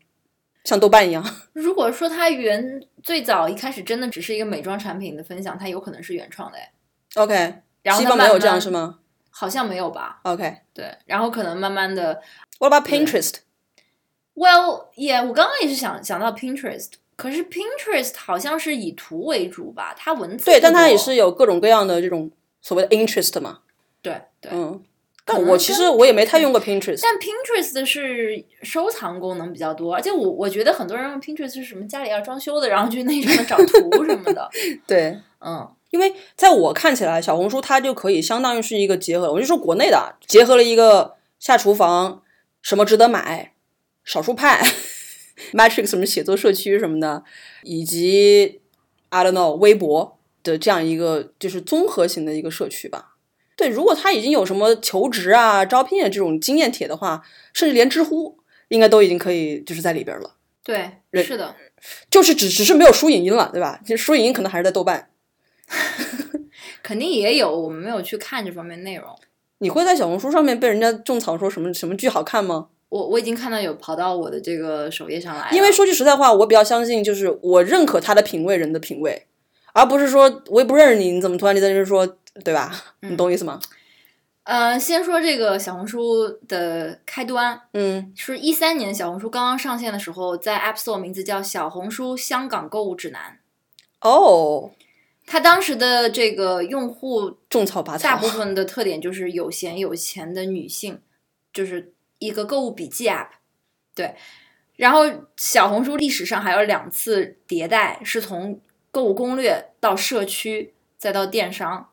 Speaker 2: 像豆瓣一样？
Speaker 1: 如果说它原最早一开始真的只是一个美妆产品的分享，它有可能是原创的，哎
Speaker 2: OK，
Speaker 1: 然后
Speaker 2: 西
Speaker 1: 它
Speaker 2: 方没有
Speaker 1: 慢
Speaker 2: 这样
Speaker 1: 慢
Speaker 2: 是吗
Speaker 1: 好像没有吧？
Speaker 2: ？OK，
Speaker 1: 对，然后可能慢慢的
Speaker 2: 我把 Pinterest
Speaker 1: Well, yeah，我刚刚也是想想到 Pinterest，可是 Pinterest 好像是以图为主吧，它文字
Speaker 2: 对，
Speaker 1: 不
Speaker 2: 但它也
Speaker 1: 多
Speaker 2: 是有各种各样的这种所谓的 interest 嘛，
Speaker 1: 对对、
Speaker 2: 嗯。
Speaker 1: 可
Speaker 2: 但
Speaker 1: 能
Speaker 2: 我其
Speaker 1: 跟
Speaker 2: 实我也没太用过 Pinterest，
Speaker 1: 但 Pinterest 是收藏功能比较多，而且我我觉得很多人用 Pinterest 是什么家里要装修的，然后去那上面找图什么 的，
Speaker 2: 对，
Speaker 1: 嗯，
Speaker 2: 因为在我看起来，小红书它就可以相当于是一个结合，我就说国内的啊，结合了一个下厨房，什么值得买，少数派 ，Matrix 什么写作社区什么的，以及 I don't know 微博的这样一个就是综合型的一个社区吧。对，如果他已经有什么求职啊、招聘啊这种经验帖的话，甚至连知乎应该都已经可以就是在里边了，
Speaker 1: 对，
Speaker 2: 人
Speaker 1: 是的，
Speaker 2: 就是只只是没有输影音了，对吧？其实输影音可能还是在豆瓣。
Speaker 1: 肯定也有，我们没有去看这方面内容。
Speaker 2: 你会在小红书上面被人家种草说什么什么剧好看吗？
Speaker 1: 我我已经看到有跑到我的这个首页上来了，
Speaker 2: 因为说句实在话，我比较相信就是我认可他的品味，人的品味，而不是说我也不认识你，你怎么突然就在这说，对吧？
Speaker 1: 嗯
Speaker 2: 你懂我意思吗？
Speaker 1: 呃，先说这个小红书的开端，
Speaker 2: 嗯
Speaker 1: 是一三年小红书刚刚上线的时候，在 App Store 名字叫《小红书香港购物指南》，
Speaker 2: 哦，
Speaker 1: 它当时的这个用户
Speaker 2: 种草拔
Speaker 1: 大
Speaker 2: 草
Speaker 1: 部，分的特点就是有闲有钱的女性，就是一个购物笔记 App。对，然后小红书历史上还有两次迭代，是从购物攻略到社区，再到电商。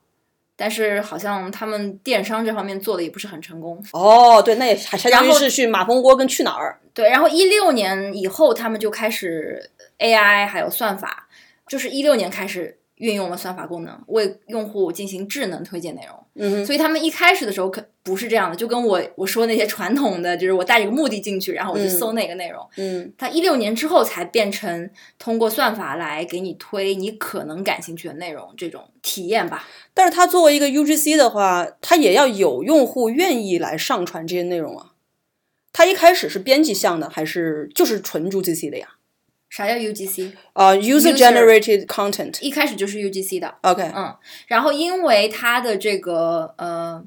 Speaker 1: 但是好像他们电商这方面做的也不是很成功，
Speaker 2: 哦，对，那也还相当于
Speaker 1: 然后
Speaker 2: 是去马蜂窝跟去哪儿，
Speaker 1: 对，然后一六年以后，他们就开始 AI 还有算法，就是一六年开始运用了算法功能，为用户进行智能推荐内容。
Speaker 2: 嗯哼，
Speaker 1: 所以他们一开始的时候可不是这样的，就跟我我说那些传统的，就是我带着个目的进去，然后我就
Speaker 2: 嗯
Speaker 1: 搜那个内容。
Speaker 2: 嗯
Speaker 1: 它一六年之后才变成通过算法来给你推你可能感兴趣的内容，这种体验吧。
Speaker 2: 但是它作为一个 UGC 的话，它也要有用户愿意来上传这些内容啊。它一开始是编辑向的，还是就是纯 UGC 的呀？
Speaker 1: 啥叫 UGC？
Speaker 2: 啊、u s e r
Speaker 1: User-
Speaker 2: generated content。
Speaker 1: 一开始就是 UGC 的，
Speaker 2: OK，
Speaker 1: 嗯，然后因为它的这个呃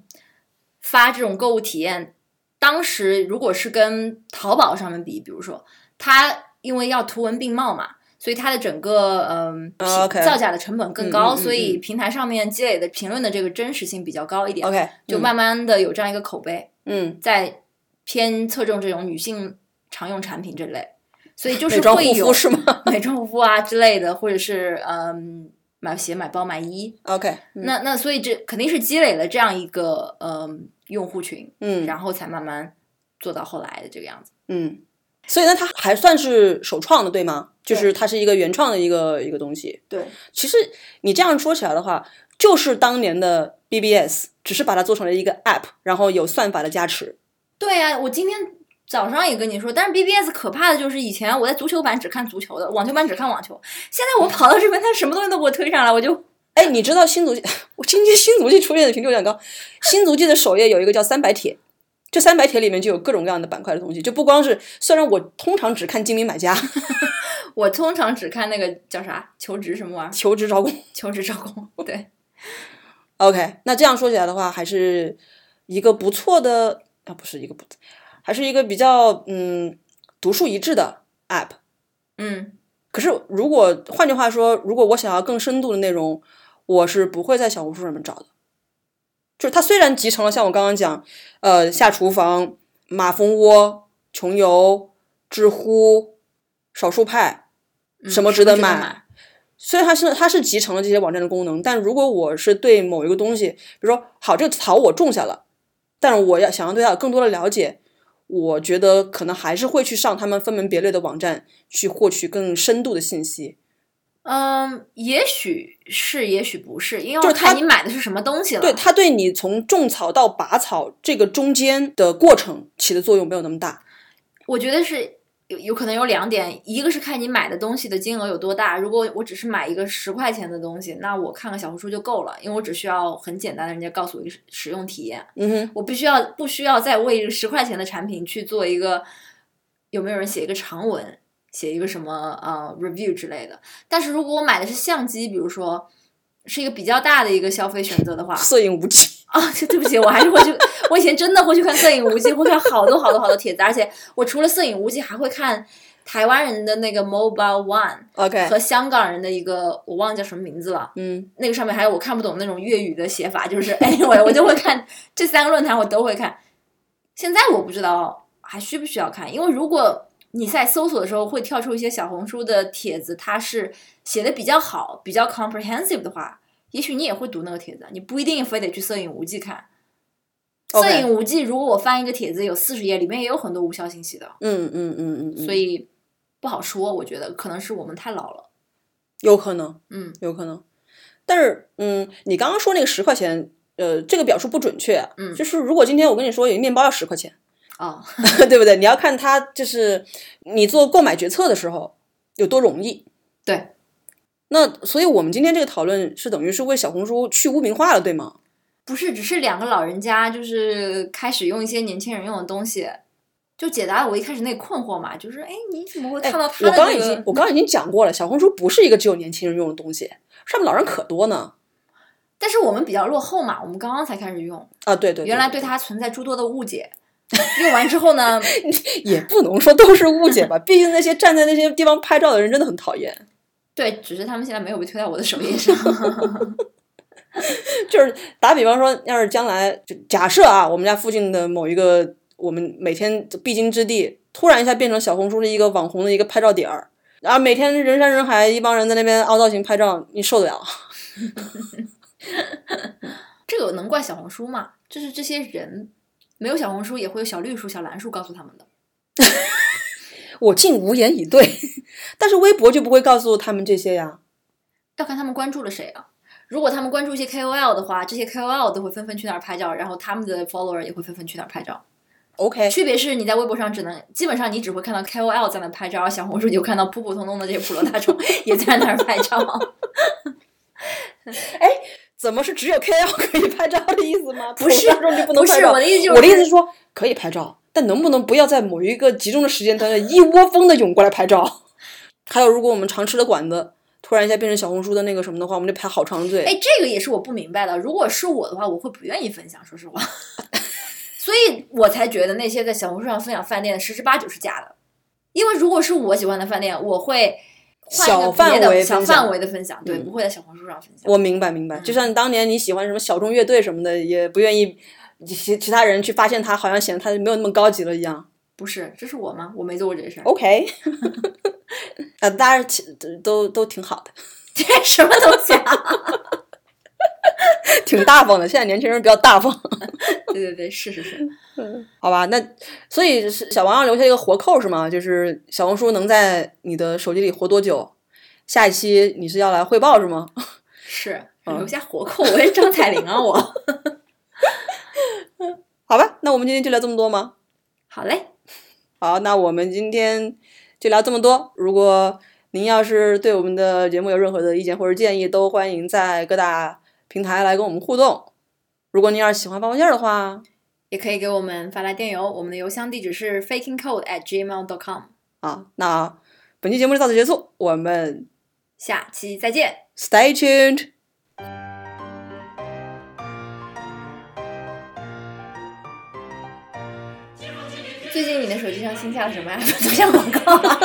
Speaker 1: 发这种购物体验，当时如果是跟淘宝上面比，比如说它因为要图文并茂嘛。所以它的整个嗯、
Speaker 2: 啊
Speaker 1: 评
Speaker 2: OK
Speaker 1: 造假的成本更高，
Speaker 2: 嗯嗯嗯
Speaker 1: 所以平台上面积累的评论的这个真实性比较高一点
Speaker 2: OK，
Speaker 1: 就
Speaker 2: 嗯
Speaker 1: 慢慢的有这样一个口碑，
Speaker 2: 嗯，
Speaker 1: 在偏侧重这种女性常用产品这类，所以就
Speaker 2: 美
Speaker 1: 是
Speaker 2: 妆
Speaker 1: 会
Speaker 2: 护
Speaker 1: 有
Speaker 2: 肤 是吗
Speaker 1: 美妆护肤啊之类的，或者是嗯买鞋、买包、买衣，
Speaker 2: ？OK，嗯
Speaker 1: 那那所以这肯定是积累了这样一个嗯用户群，
Speaker 2: 嗯
Speaker 1: 然后才慢慢做到后来的这个样子。
Speaker 2: 嗯，所以呢，它还算是首创的，对吗？就
Speaker 1: 对
Speaker 2: 是它是一个原创的一个一个东西。
Speaker 1: 对，
Speaker 2: 其实你这样说起来的话，就是当年的 BBS，只是把它做成了一个 App，然后有算法的加持。
Speaker 1: 对呀、我今天早上也跟你说，但是 BBS 可怕的就是以前我在足球版只看足球的，网球版只看网球，现在
Speaker 2: 嗯
Speaker 1: 我跑到这边，它什么东西都给我推上来，我就
Speaker 2: 哎，你知道新足迹？ 我今天新足迹出现的频率有点高。新足迹的首页有一个叫三百帖，这三百帖里面就有各种各样的板块的东西，就不光是。虽然我通常只看精明买家、
Speaker 1: 我通常只看那个叫啥求职什么玩意儿，
Speaker 2: 求职招工，
Speaker 1: 求职招工， 对
Speaker 2: OK，那这样说起来的话，还是一个不错的啊，不是一个不，还是一个比较嗯独树一帜的 app。
Speaker 1: 嗯，
Speaker 2: 可是如果换句话说，如果我想要更深度的内容，我是不会在小红书上面找的。就是它虽然集成了像我刚刚讲，呃，下厨房、马蜂窝、穷游、知乎、少数派，
Speaker 1: 嗯
Speaker 2: 什么值
Speaker 1: 值
Speaker 2: 得
Speaker 1: 买？
Speaker 2: 买虽然它是它是集成了这些网站的功能，但如果我是对某一个东西，比如说好这个草我种下了，但是我要想要对它有更多的了解，我觉得可能还是会去上他们分门别类的网站去获取更深度的信息。
Speaker 1: 嗯，也许是，也许不是，因为要
Speaker 2: 就是它
Speaker 1: 看你买的是什么东西了。
Speaker 2: 对它对你从种草到拔草这个中间的过程起的作用没有那么大。
Speaker 1: 我觉得是有有可能有两点，一个是看你买的东西的金额有多大。如果我只是买一个十块钱的东西，那我看个小红书就够了，因为我只需要很简单的人家告诉我一个使使用体验，
Speaker 2: 嗯哼，
Speaker 1: 我必须要不需要再为十块钱的产品去做一个有没有人写一个长文，写一个什么呃 review 之类的。但是如果我买的是相机，比如说是一个比较大的一个消费选择的话，
Speaker 2: 色影无极。
Speaker 1: 啊、 对对不起，我还是会去，我以前真的会去看《摄影无忌》，会看好多好多好多帖子，而且我除了《摄影无忌》，还会看台湾人的那个 Mobile One
Speaker 2: OK，
Speaker 1: 和香港人的一个我忘了叫什么名字了，
Speaker 2: 嗯，
Speaker 1: 那个上面还有我看不懂那种粤语的写法，就是 anyway，我就会看这三个论坛，我都会看。现在我不知道还需不需要看，因为如果你在搜索的时候会跳出一些小红书的帖子，它是写的比较好、比较 comprehensive 的话，也许你也会读那个帖子，啊你不一定非得去摄影无忌看。
Speaker 2: OK
Speaker 1: 摄影无忌，如果我翻一个帖子有四十页，里面也有很多无效信息的，
Speaker 2: 嗯嗯嗯嗯嗯，
Speaker 1: 所以不好说。我觉得可能是我们太老了，
Speaker 2: 有可能，
Speaker 1: 嗯，
Speaker 2: 有可能。但是，嗯，你刚刚说那个十块钱，呃，这个表述不准确啊。
Speaker 1: 嗯
Speaker 2: 就是如果今天我跟你说有一面包要十块钱，
Speaker 1: 哦，
Speaker 2: 对不对？你要看它就是你做购买决策的时候有多容易。
Speaker 1: 对，
Speaker 2: 那所以我们今天这个讨论是等于是为小红书去污名化了，对吗？
Speaker 1: 不是，只是两个老人家就是开始用一些年轻人用的东西，就解答了我一开始那个困惑嘛，就是哎，你怎么会看到他
Speaker 2: 我
Speaker 1: 的、
Speaker 2: 刚刚
Speaker 1: 那
Speaker 2: 已
Speaker 1: 个
Speaker 2: 经我刚刚已经讲过了，小红书不是一个只有年轻人用的东西，上面老人可多呢。
Speaker 1: 但是我们比较落后嘛，我们刚刚才开始用，
Speaker 2: 啊，对对对，
Speaker 1: 原来对它存在诸多的误 解。用完之后呢，
Speaker 2: 也不能说都是误解吧，毕竟那些站在那些地方拍照的人真的很讨厌。
Speaker 1: 对，只是他们现在没有被推到我的首页上。
Speaker 2: 就是打比方说，要是将来就假设啊，我们家附近的某一个我们每天必经之地，突然一下变成小红书的一个网红的一个拍照点儿，然后每天人山人海，一帮人在那边凹造型拍照，你受得了？
Speaker 1: 这个能怪小红书吗？就是这些人没有小红书，也会有小绿书、小蓝书告诉他们的。
Speaker 2: 我竟无言以对。 但是微博就不会告诉他们这些呀。
Speaker 1: 要看他们关注了谁啊。如果他们关注一些 KOL 的话，这些 KOL 都会纷纷去那儿拍照，然后他们的 follower 也会纷纷去那儿拍照。
Speaker 2: OK，
Speaker 1: 区别是你在微博上只能，基本上你只会看到 KOL 在那拍照，小红书你就看到普普通通的这些普罗 大众也在那儿拍照。
Speaker 2: 怎么是只有 KOL 可以拍照的意思吗？
Speaker 1: 不是
Speaker 2: 普通大众就不能
Speaker 1: 不
Speaker 2: 拍
Speaker 1: 是
Speaker 2: 照
Speaker 1: 我的意思就是，
Speaker 2: 我的意思是说可以拍照，但能不能不要在某一个集中的时间段内一窝蜂的涌过来拍照？ 还有，如果我们常吃的馆子突然一下变成小红书的那个什么的话，我们就排好长队。
Speaker 1: 哎，这个也是我不明白的。如果是我的话，我会不愿意分享，说实话。 所以我才觉得那些在小红书上分享饭店，十之八九是假的。因为如果是我喜欢的饭店，我会换一
Speaker 2: 小
Speaker 1: 个
Speaker 2: 范
Speaker 1: 别的
Speaker 2: 围
Speaker 1: 小
Speaker 2: 分享
Speaker 1: 范围的分享，对，
Speaker 2: 嗯
Speaker 1: 不会在小红书上分享。
Speaker 2: 我明白明白，就像当年你喜欢什么小众乐队什么的，也不愿意其其他人去发现它，好像显得它没有那么高级了一样。
Speaker 1: 不是，这是我吗？我没做过这事儿。
Speaker 2: OK，啊，大家其都都挺好的，
Speaker 1: 这什么东西啊？
Speaker 2: 挺大方的。现在年轻人比较大方，
Speaker 1: 对对对，是是是，
Speaker 2: 好吧？那所以是小王要留下一个活扣是吗？就是小红书能在你的手机里活多久？下一期你是要来汇报是吗？
Speaker 1: 是
Speaker 2: 嗯
Speaker 1: 留下活扣，我是张彩玲啊，我。
Speaker 2: 好吧，那我们今天就聊这么多吗？
Speaker 1: 好嘞，
Speaker 2: 好，那我们今天就聊这么多。如果您要是对我们的节目有任何的意见或者建议，都欢迎在各大平台来跟我们互动。如果您要是喜欢放放件的话，
Speaker 1: 也可以给我们发来电邮，我们的邮箱地址是 fakingcode at gmail.com。
Speaker 2: 啊，那本期节目就到此结束，我们
Speaker 1: 下期再见。
Speaker 2: stay tuned。
Speaker 1: 最近你的手机上新下了什么 app？不 像广告、啊。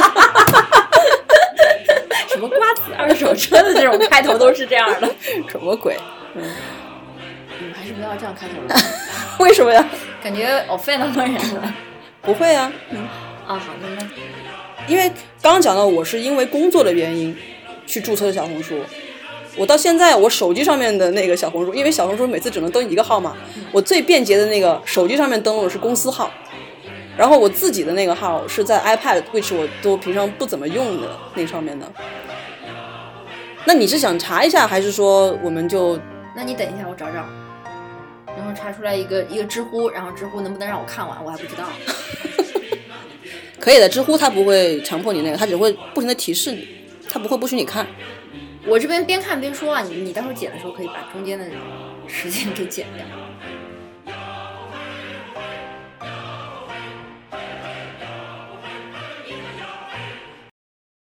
Speaker 1: 什么瓜子二手车的这种开头都是这样的，
Speaker 2: 什么鬼？
Speaker 1: 你们还是不要这样开头吧，
Speaker 2: 为什么呀？
Speaker 1: 感觉 offend 到多人了。
Speaker 2: 不会啊，
Speaker 1: 啊，好，那那
Speaker 2: 因为刚刚讲到我是因为工作的原因去注册的小红书，我到现在我手机上面的那个小红书，因为小红书每次只能登一个号嘛，我最便捷的那个手机上面登录的是公司号，然后我自己的那个号是在 iPad，which 我都平常不怎么用的那上面的。那你是想查一下，还是说我们就
Speaker 1: 那你等一下，我找找，然后查出来一个一个知乎，然后知乎能不能让我看完，我还不知道。
Speaker 2: 可以的？知乎它不会强迫你那个，它只会不停的提示你，它不会不许你看。
Speaker 1: 我这边边看边说啊，你你待会儿剪的时候可以把中间的时间给剪掉。